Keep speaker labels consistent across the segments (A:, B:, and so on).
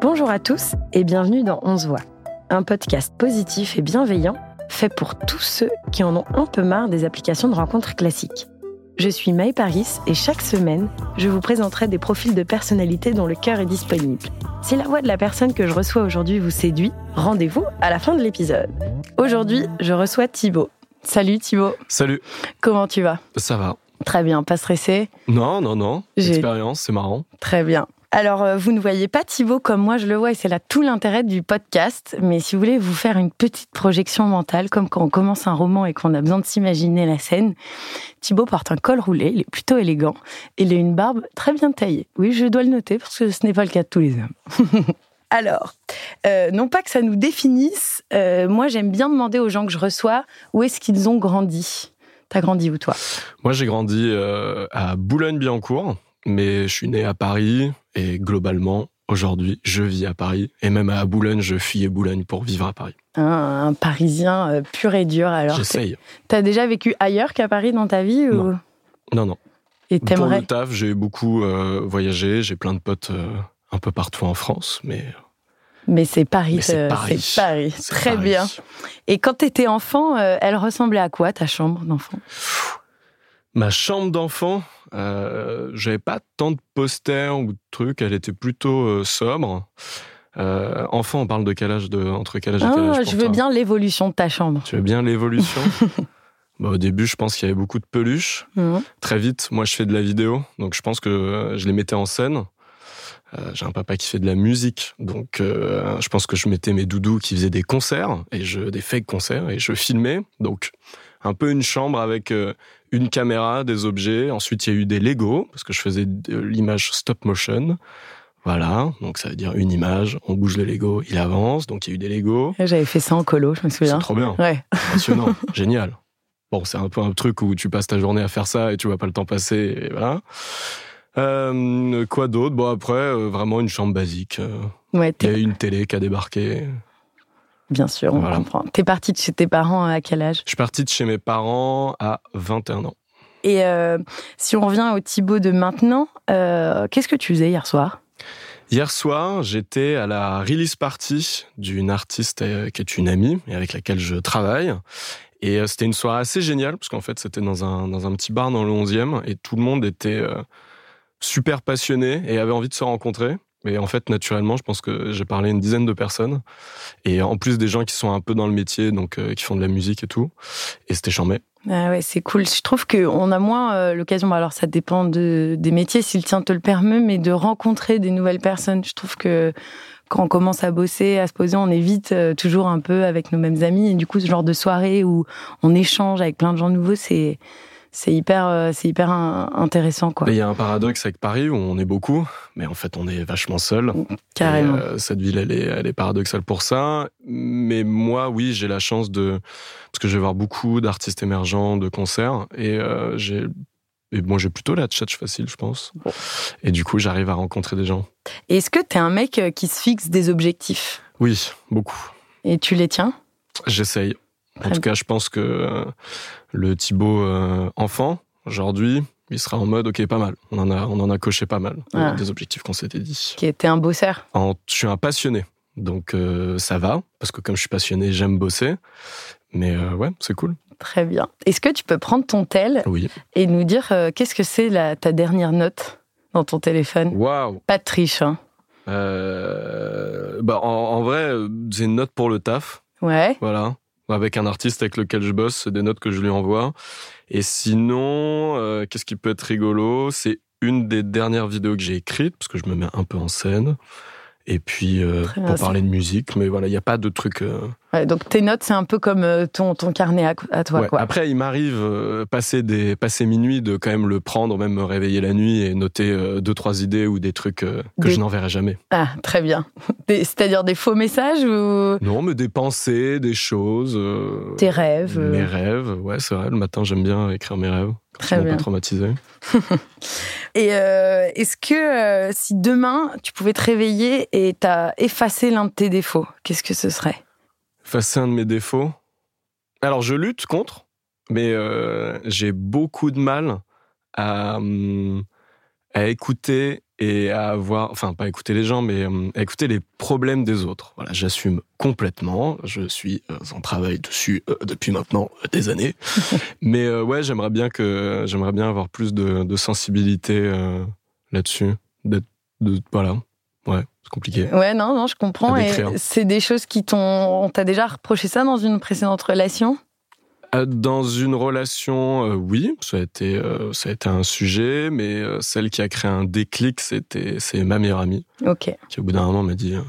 A: Bonjour à tous et bienvenue dans On se voit, un podcast positif et bienveillant fait pour tous ceux qui en ont un peu marre des applications de rencontres classiques. Je suis Maë Paris et chaque semaine, je vous présenterai des profils de personnalités dont le cœur est disponible. Si la voix de la personne que je reçois aujourd'hui vous séduit, rendez-vous à la fin de l'épisode. Aujourd'hui, je reçois Thibaut. Salut Thibaut,
B: Salut,
A: comment tu vas
B: ça va
A: Très bien, pas stressé
B: Non, non, non.
A: J'ai-
B: Expérience, c'est marrant.
A: Très bien. Alors, euh, vous ne voyez pas Thibaut comme moi je le vois, et c'est là tout l'intérêt du podcast. Mais si vous voulez vous faire une petite projection mentale, comme quand on commence un roman et qu'on a besoin de s'imaginer la scène, Thibaut porte un col roulé, il est plutôt élégant, et il a une barbe très bien taillée. Oui, je dois le noter, parce que ce n'est pas le cas de tous les hommes. Alors, euh, non pas que ça nous définisse, euh, moi j'aime bien demander aux gens que je reçois où est-ce qu'ils ont grandi. T'as grandi où toi
B: Moi, j'ai grandi euh, à Boulogne-Billancourt, mais je suis né à Paris et globalement, aujourd'hui, je vis à Paris. Et même à Boulogne, je fuyais Boulogne pour vivre à Paris.
A: un, un Parisien euh, pur et dur alors.
B: J'essaye.
A: T'as déjà vécu ailleurs qu'à Paris dans ta vie ou...
B: Non, non.
A: Et
B: Pour le
A: t'aimerais
B: taf, j'ai beaucoup euh, voyagé, j'ai plein de potes euh, un peu partout en France, mais
A: Mais c'est Paris.
B: Mais c'est
A: euh,
B: Paris.
A: c'est Paris.
B: c'est
A: Très
B: Paris.
A: bien. Et quand t'étais enfant, euh, elle ressemblait à quoi ta chambre d'enfant
B: Ma chambre d'enfant, euh, j'avais pas tant de posters ou de trucs, elle était plutôt euh, sobre. Euh, enfant, on parle de quel âge de, entre quel âge et quel
A: Ah,
B: âge
A: Je
B: pour
A: veux
B: toi
A: bien l'évolution de ta chambre.
B: Tu veux bien l'évolution Bah, Au début, je pense qu'il y avait beaucoup de peluches.
A: Mhm.
B: Très vite, moi, je fais de la vidéo, donc je pense que euh, je les mettais en scène. Euh, J'ai un papa qui fait de la musique, donc euh, je pense que je mettais mes doudous qui faisaient des concerts, et je, des fake concerts, et je filmais. Donc, un peu une chambre avec euh, une caméra, des objets. Ensuite, il y a eu des Lego, parce que je faisais de l'image stop motion. Voilà, donc ça veut dire une image, on bouge le Lego, il avance, donc il y a eu des Lego.
A: J'avais fait ça en colo, je me
B: C'est
A: souviens.
B: trop bien.
A: Ouais.
B: Passionnant, génial. Bon, c'est un peu un truc où tu passes ta journée à faire ça et tu vois pas le temps passer, et voilà. Euh, quoi d'autre Bon, après, euh, vraiment une chambre basique. Euh,
A: Ouais,
B: Il
A: t'es-
B: y a eu une télé qui a débarqué.
A: bien sûr, on
B: Voilà.
A: comprend. T'es partie de chez tes parents euh, à quel âge
B: Je suis parti de chez mes parents à 21 ans.
A: Et euh, si on revient au Thibaut de maintenant, euh, qu'est-ce que tu faisais hier soir
B: Hier soir, j'étais à la release party d'une artiste euh, qui est une amie et avec laquelle je travaille. Et euh, c'était une soirée assez géniale, parce qu'en fait, c'était dans un, dans un petit bar dans le 11e, et tout le monde était euh, super passionné et avait envie de se rencontrer. Et en fait, naturellement, je pense que j'ai parlé à une dizaine de personnes. Et en plus, des gens qui sont un peu dans le métier, donc euh, qui font de la musique et tout. Et c'était chambé.
A: Ah ouais, c'est cool. Je trouve qu'on a moins euh, l'occasion, bah alors ça dépend de, des métiers, si le tien te le permet, mais de rencontrer des nouvelles personnes. Je trouve que quand on commence à bosser, à se poser, on est vite euh, toujours un peu avec nos mêmes amis. Et du coup, ce genre de soirée où on échange avec plein de gens nouveaux, c'est c'est hyper, euh, c'est hyper in- intéressant, quoi.
B: Et il y a un paradoxe avec Paris où on est beaucoup, mais en fait, on est vachement seul.
A: Carrément.
B: Et, euh, cette ville, elle est, elle est paradoxale pour ça. Mais moi, oui, j'ai la chance de. Parce que je vais voir beaucoup d'artistes émergents, de concerts. Et euh, j'ai. Et bon, j'ai plutôt la tchatch facile, je pense.
A: Bon.
B: Et du coup, j'arrive à rencontrer des gens.
A: Est-ce que t'es un mec euh, qui se fixe des objectifs
B: Oui, beaucoup.
A: et tu les tiens
B: J'essaye. En
A: Très
B: tout cas, je pense que euh, le Thibaut euh, enfant, aujourd'hui, il sera en mode, OK, pas mal. On en a, on en a coché pas mal.
A: Ah.
B: Des objectifs qu'on s'était dit.
A: Qui était un bosseur
B: En- je suis un passionné, donc euh, ça va, parce que comme je suis passionné, j'aime bosser. Mais euh, ouais, c'est cool.
A: Très bien. Est-ce que tu peux prendre ton tel
B: Oui.
A: et nous dire euh, qu'est-ce que c'est la- ta dernière note dans ton téléphone.
B: Waouh.
A: Pas de triche, hein.
B: Euh, bah, en, en vrai, euh, c'est une note pour le taf,
A: Ouais.
B: voilà. Avec un artiste avec lequel je bosse, c'est des notes que je lui envoie. Et sinon, euh, qu'est-ce qui peut être rigolo C'est une des dernières vidéos que j'ai écrites, parce que je me mets un peu en scène. Et puis, euh,
A: Très bien,
B: pour
A: ça.
B: parler de musique, mais voilà, il n'y a pas de truc. euh,
A: Ouais, donc tes notes, c'est un peu comme euh, ton, ton carnet à, à toi,
B: Ouais.
A: quoi.
B: Après, il m'arrive, euh, passer, des, passer minuit, de quand même le prendre, même me réveiller la nuit et noter euh, deux, trois idées ou des trucs euh, que
A: Des-
B: je n'enverrai jamais.
A: Ah, très bien. Des- C'est-à-dire des faux messages ou
B: Non, mais des pensées, des choses. euh,
A: tes rêves euh.
B: Mes rêves, ouais, c'est vrai. Le matin, j'aime bien écrire mes rêves. Quand
A: Très
B: ils m'ont
A: bien.
B: pas traumatisé.
A: Et euh, est-ce que euh, si demain tu pouvais te réveiller et t'as effacé l'un de tes défauts, qu'est-ce que ce serait
B: Face à un de mes défauts. Alors, je lutte contre, mais euh, j'ai beaucoup de mal à, hum, à écouter et à avoir, enfin pas écouter les gens, mais euh, à écouter les problèmes des autres. Voilà, j'assume complètement. Je suis euh, en travail dessus euh, depuis maintenant euh, des années. mais euh, ouais, j'aimerais bien que j'aimerais bien avoir plus de, de sensibilité euh, là-dessus. D'être, de, voilà, ouais, c'est compliqué.
A: Ouais, non, non, je comprends.
B: À
A: Et
B: décrire.
A: c'est des choses qui t'ont. On t'a déjà reproché ça dans une précédente relation
B: Euh, Dans une relation, euh, oui, ça a été euh, ça a été un sujet, mais euh, celle qui a créé un déclic, c'était c'est ma meilleure amie.
A: Ok.
B: qui au bout d'un moment m'a dit euh,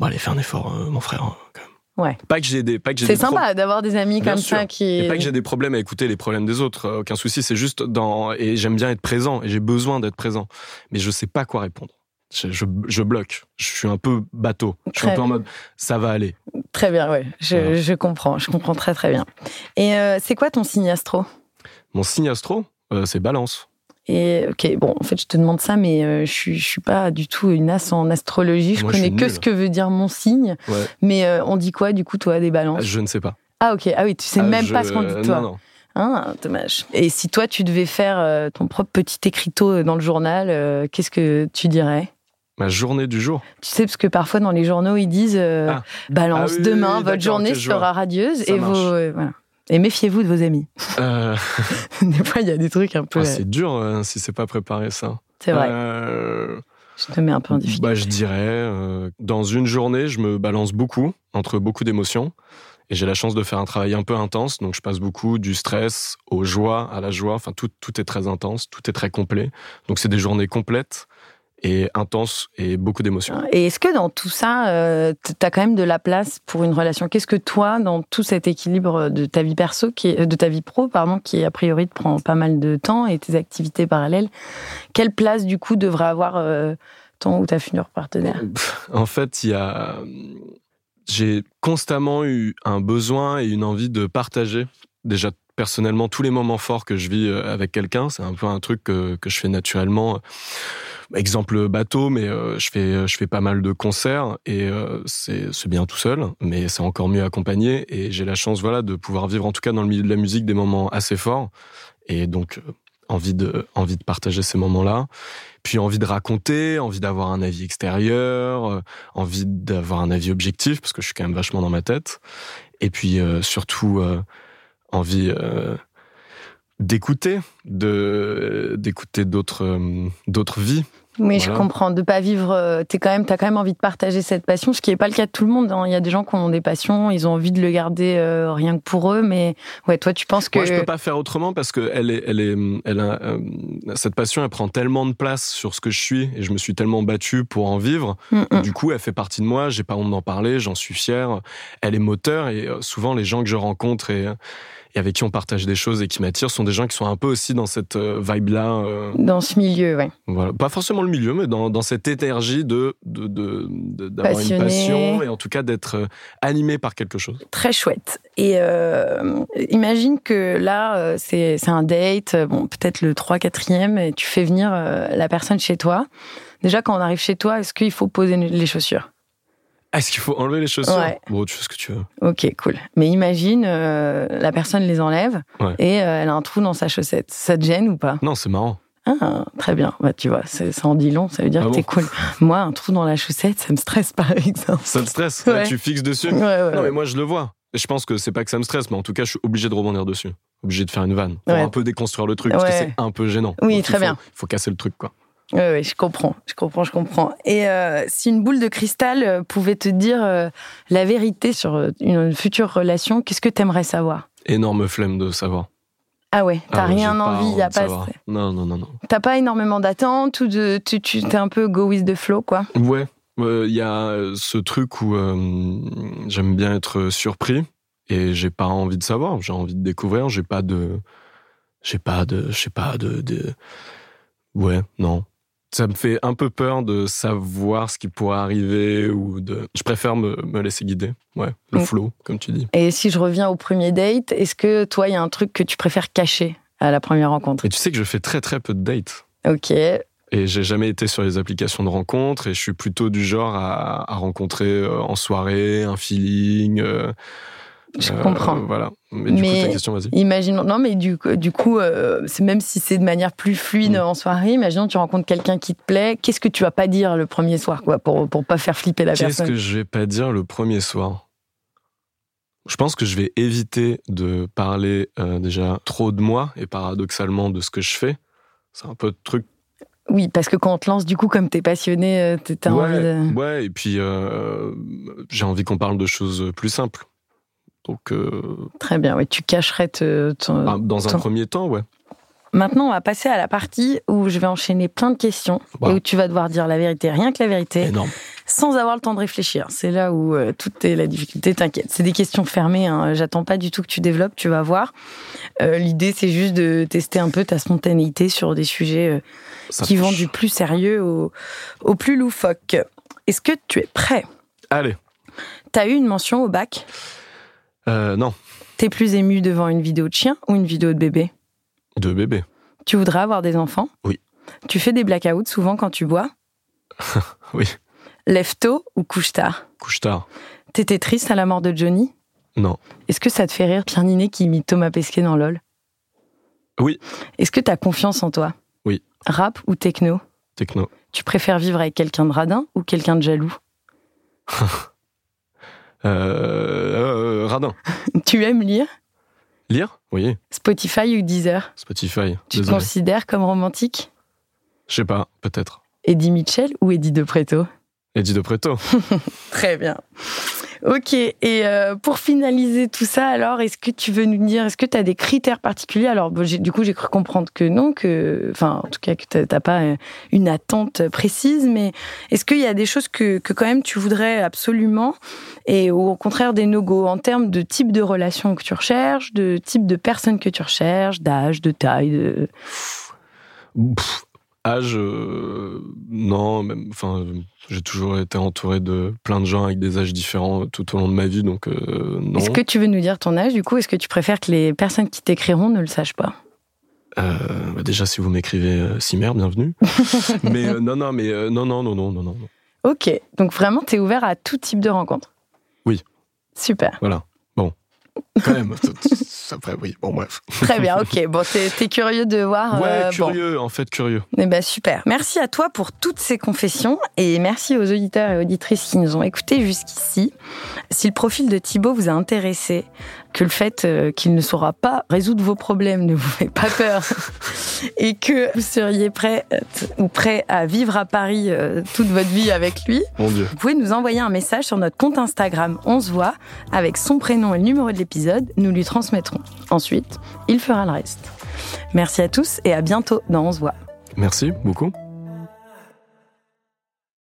B: Bon, allez faire un effort euh, mon frère euh, quand même.
A: Ouais.
B: Pas que j'ai des pas que j'ai
A: C'est
B: des pro-
A: sympa d'avoir des amis
B: Bien
A: comme
B: sûr.
A: ça qui.
B: et pas que j'ai des problèmes à écouter les problèmes des autres, euh, aucun souci, c'est juste dans et j'aime bien être présent et j'ai besoin d'être présent, mais je sais pas quoi répondre. Je, je, je bloque, je suis un peu bateau, je suis
A: Très
B: un peu en
A: bien.
B: mode ça va aller.
A: Très bien, ouais. Je,
B: Voilà.
A: je comprends, je comprends très très bien. Et euh, c'est quoi ton signe astro
B: Mon signe astro, euh, c'est Balance.
A: Et ok, bon, en fait, je te demande ça, mais euh, je, suis- je suis pas du tout une as en astrologie. Je
B: Moi, je
A: connais
B: suis
A: que
B: nul.
A: ce que veut dire mon signe.
B: Ouais.
A: Mais euh, on dit quoi, du coup, toi, des balances
B: Je ne sais pas.
A: Ah ok, ah oui, tu sais
B: Ah,
A: même
B: je-
A: pas ce qu'on dit toi.
B: Non, non.
A: Hein, dommage. Et si toi, tu devais faire euh, ton propre petit écriteau dans le journal, euh, qu'est-ce que tu dirais
B: Ma journée du jour.
A: tu sais, parce que parfois dans les journaux, ils disent euh,
B: Ah.
A: balance,
B: Ah oui, oui,
A: demain,
B: oui,
A: votre
B: d'accord,
A: journée
B: ok, je
A: sera radieuse.
B: Ça
A: et vos,
B: marche.
A: euh, voilà. Et méfiez-vous de vos amis.
B: Euh,
A: Des fois, il y a des trucs un peu.
B: ah,
A: euh,
B: c'est dur euh, si c'est pas préparé ça.
A: c'est vrai,
B: Euh,
A: je te mets un peu en difficulté.
B: Bah, je dirais, euh, dans une journée, je me balance beaucoup, entre beaucoup d'émotions. Et j'ai la chance de faire un travail un peu intense, donc je passe beaucoup du stress aux joies, à la joie. Enfin, tout, tout est très intense, tout est très complet. Donc, c'est des journées complètes et intenses et beaucoup d'émotions.
A: Et est-ce que dans tout ça, euh, t- t'as quand même de la place pour une relation Qu'est-ce que toi, dans tout cet équilibre de ta vie perso, qui est- euh, de ta vie pro, pardon, qui a priori te prend pas mal de temps et tes activités parallèles, quelle place du coup devrait avoir euh, ton ou ta future partenaire
B: En fait, il y a. J'ai constamment eu un besoin et une envie de partager. Déjà, personnellement, tous les moments forts que je vis euh, avec quelqu'un, c'est un peu un truc que, que je fais naturellement. Exemple bateau, mais euh, je fais je fais pas mal de concerts et euh, c'est c'est bien tout seul, mais c'est encore mieux accompagné. Et j'ai la chance, voilà, de pouvoir vivre en tout cas dans le milieu de la musique des moments assez forts. Et donc euh, envie de envie de partager ces moments-là puis envie de raconter, envie d'avoir un avis extérieur, euh, envie d'avoir un avis objectif, parce que je suis quand même vachement dans ma tête, et puis euh, surtout euh, envie euh, d'écouter, de d'écouter d'autres euh, d'autres vies.
A: Oui, je
B: Voilà.
A: comprends. De pas vivre, euh, t'es quand même, t'as quand même envie de partager cette passion, ce qui est pas le cas de tout le monde. hein. Il y a des gens qui ont des passions, ils ont envie de le garder euh, rien que pour eux, mais ouais, toi, tu penses que
B: Moi, je peux pas faire autrement parce que elle est, elle est, elle a, euh, cette passion, elle prend tellement de place sur ce que je suis et je me suis tellement battu pour en vivre
A: Hum, hum.
B: Du coup, elle fait partie de moi, j'ai pas honte d'en parler, j'en suis fier. Elle est moteur et euh, souvent les gens que je rencontre et, et avec qui on partage des choses et qui m'attirent sont des gens qui sont un peu aussi dans cette euh, vibe-là. euh,
A: dans ce milieu, ouais.
B: voilà. Pas forcément le milieu, mais dans, dans cette énergie de, de, de- de- d'avoir une
A: Passionné.
B: passion et en tout cas d'être euh, animé par quelque chose.
A: Très chouette. Et euh, imagine que là, euh, c'est c'est un date, euh, bon, peut-être le 3-4e, et tu fais venir euh, la personne chez toi. Déjà, quand on arrive chez toi, est-ce qu'il faut poser les chaussures
B: Est-ce qu'il faut enlever les chaussures
A: Ouais.
B: Bon, tu fais ce que tu veux.
A: Ok, cool. Mais imagine, euh, la personne les enlève
B: Ouais.
A: et euh, elle a un trou dans sa chaussette. Ça te gêne ou pas
B: Non, c'est marrant.
A: ah, Très bien. Bah, tu vois, c'est- ça en dit long, ça veut dire
B: Ah
A: que
B: bon
A: t'es cool. Moi, un trou dans la chaussette, ça me stresse par exemple.
B: Ça te stresse
A: Ouais.
B: Tu fixes dessus
A: Ouais, ouais,
B: Non,
A: ouais.
B: mais moi, je le vois. Et je pense que c'est pas que ça me stresse, mais en tout cas, je suis obligé de rebondir dessus. Obligé de faire une vanne. Pour
A: Ouais.
B: un peu déconstruire le truc, parce que
A: Ouais.
B: c'est un peu gênant.
A: Oui,
B: Donc,
A: très
B: il faut-
A: bien.
B: Il faut casser le truc, quoi.
A: Oui, oui, je comprends, je comprends, je comprends. Et euh, si une boule de cristal euh, pouvait te dire euh, la vérité sur euh, une future relation, qu'est-ce que t'aimerais savoir
B: Énorme flemme de savoir.
A: Ah ouais, t'as
B: Ah ouais,
A: rien
B: j'ai pas
A: envie, y a
B: de
A: pas,
B: savoir. Non, non, non, non.
A: t'as pas énormément d'attentes ou de, tu, tu t'es un peu go with the flow quoi.
B: Ouais, il y a euh, ce truc où euh, j'aime bien être surpris et j'ai pas envie de savoir, j'ai envie de découvrir, j'ai pas de. J'ai pas de. Je sais pas de, de- Ouais, non. Ça me fait un peu peur de savoir ce qui pourrait arriver ou de. Je préfère me, me laisser guider. Ouais, le
A: Mm.
B: flow, comme tu dis.
A: Et si je reviens au premier date, est-ce que toi il y a un truc que tu préfères cacher à la première rencontre
B: Et tu sais que je fais très très peu de dates.
A: Ok,
B: Et j'ai jamais été sur les applications de rencontres et je suis plutôt du genre à, à rencontrer euh, en soirée, un feeling. euh,
A: Je comprends.
B: Voilà. Mais du
A: Mais-
B: coup, ta question, vas-y.
A: Imaginons, non mais du, du coup, euh, c'est- même si c'est de manière plus fluide
B: Mm.
A: en soirée, imaginons tu rencontres quelqu'un qui te plaît, qu'est-ce que tu vas pas dire le premier soir quoi, pour, pour pas faire flipper la
B: Qu'est-ce
A: personne
B: que je vais pas dire le premier soir Je pense que je vais éviter de parler euh, déjà trop de moi et paradoxalement de ce que je fais. C'est un peu de truc.
A: Oui, parce que quand on te lance, du coup, comme t'es passionné, euh, t'es- t'as envie
B: Ouais,
A: de...
B: ouais, et puis euh, j'ai envie qu'on parle de choses plus simples. Donc, euh,
A: Très bien, ouais, tu cacherais te- ton...
B: bah, dans un
A: attends.
B: premier temps, ouais.
A: Maintenant, on va passer à la partie où je vais enchaîner plein de questions
B: Wow.
A: et où tu vas devoir dire la vérité, rien que la vérité,
B: Énorme.
A: sans avoir le temps de réfléchir. C'est là où euh, toute est la difficulté, t'inquiète. C'est des questions fermées, hein. j'attends pas du tout que tu développes, tu vas voir. Euh, L'idée, c'est juste de tester un peu ta spontanéité sur des sujets euh,
B: Ça
A: qui vont
B: touche.
A: du plus sérieux au, au plus loufoque. Est-ce que tu es prêt
B: Allez.
A: T'as eu une mention au bac
B: Euh, non,
A: T'es plus ému devant une vidéo de chien ou une vidéo de bébé
B: de bébé.
A: Tu voudrais avoir des enfants
B: Oui.
A: Tu fais des blackouts souvent quand tu bois
B: Oui.
A: Lève tôt ou couche tard
B: Couche tard.
A: T'étais triste à la mort de Johnny
B: Non.
A: Est-ce que ça te fait rire Pierre Ninet qui imite Thomas Pesquet dans LOL
B: Oui.
A: Est-ce que t'as confiance en toi
B: Oui.
A: Rap ou techno
B: Techno.
A: Tu préfères vivre avec quelqu'un de radin ou quelqu'un de jaloux
B: Euh, euh, radin.
A: Tu aimes lire
B: Lire Oui.
A: Spotify ou Deezer
B: Spotify.
A: Tu te
B: Désolé.
A: considères comme romantique
B: Je sais pas, peut-être.
A: Eddie Mitchell ou Eddie De Preto
B: Eddie de Preto.
A: Très bien. Ok, et euh, pour finaliser tout ça, alors, est-ce que tu veux nous dire, est-ce que tu as des critères particuliers Alors, bon, j'ai- du coup, j'ai cru comprendre que non, que, enfin, en tout cas, que tu n'as pas euh, une attente précise, mais est-ce qu'il y a des choses que, que quand même tu voudrais absolument, et au contraire des no-go, en termes de type de relation que tu recherches, de type de personne que tu recherches, d'âge, de taille de...
B: Pff, âge, euh, non, même, enfin, euh, j'ai toujours été entouré de plein de gens avec des âges différents tout au long de ma vie, donc euh, non.
A: Est-ce que tu veux nous dire ton âge, du coup Est-ce que tu préfères que les personnes qui t'écriront ne le sachent pas
B: Euh, bah déjà, si vous m'écrivez euh, Cimer, bienvenue. mais euh, non, non, mais euh, non, non, non, non, non, non. non.
A: Ok, donc vraiment, tu es ouvert à tout type de rencontre.
B: Oui.
A: Super,
B: Quand même, ça- ça- après, oui, bon, bref.
A: très bien, ok. Bon, t'es t'es curieux de voir.
B: Ouais,
A: euh,
B: curieux, en fait, curieux.
A: Bon. Eh ben, super. Merci à toi pour toutes ces confessions et merci aux auditeurs et auditrices qui nous ont écoutés jusqu'ici. Si le profil de Thibaut vous a intéressé, que le fait euh, qu'il ne saura pas résoudre vos problèmes ne vous fait pas peur et que vous seriez prêt ou prêt à vivre à Paris euh, toute votre vie avec lui,
B: Mon Dieu.
A: vous pouvez nous envoyer un message sur notre compte Instagram On se voit avec son prénom et le numéro de l'épisode, nous lui transmettrons. Ensuite, il fera le reste. Merci à tous et à bientôt dans On se voit.
B: Merci beaucoup.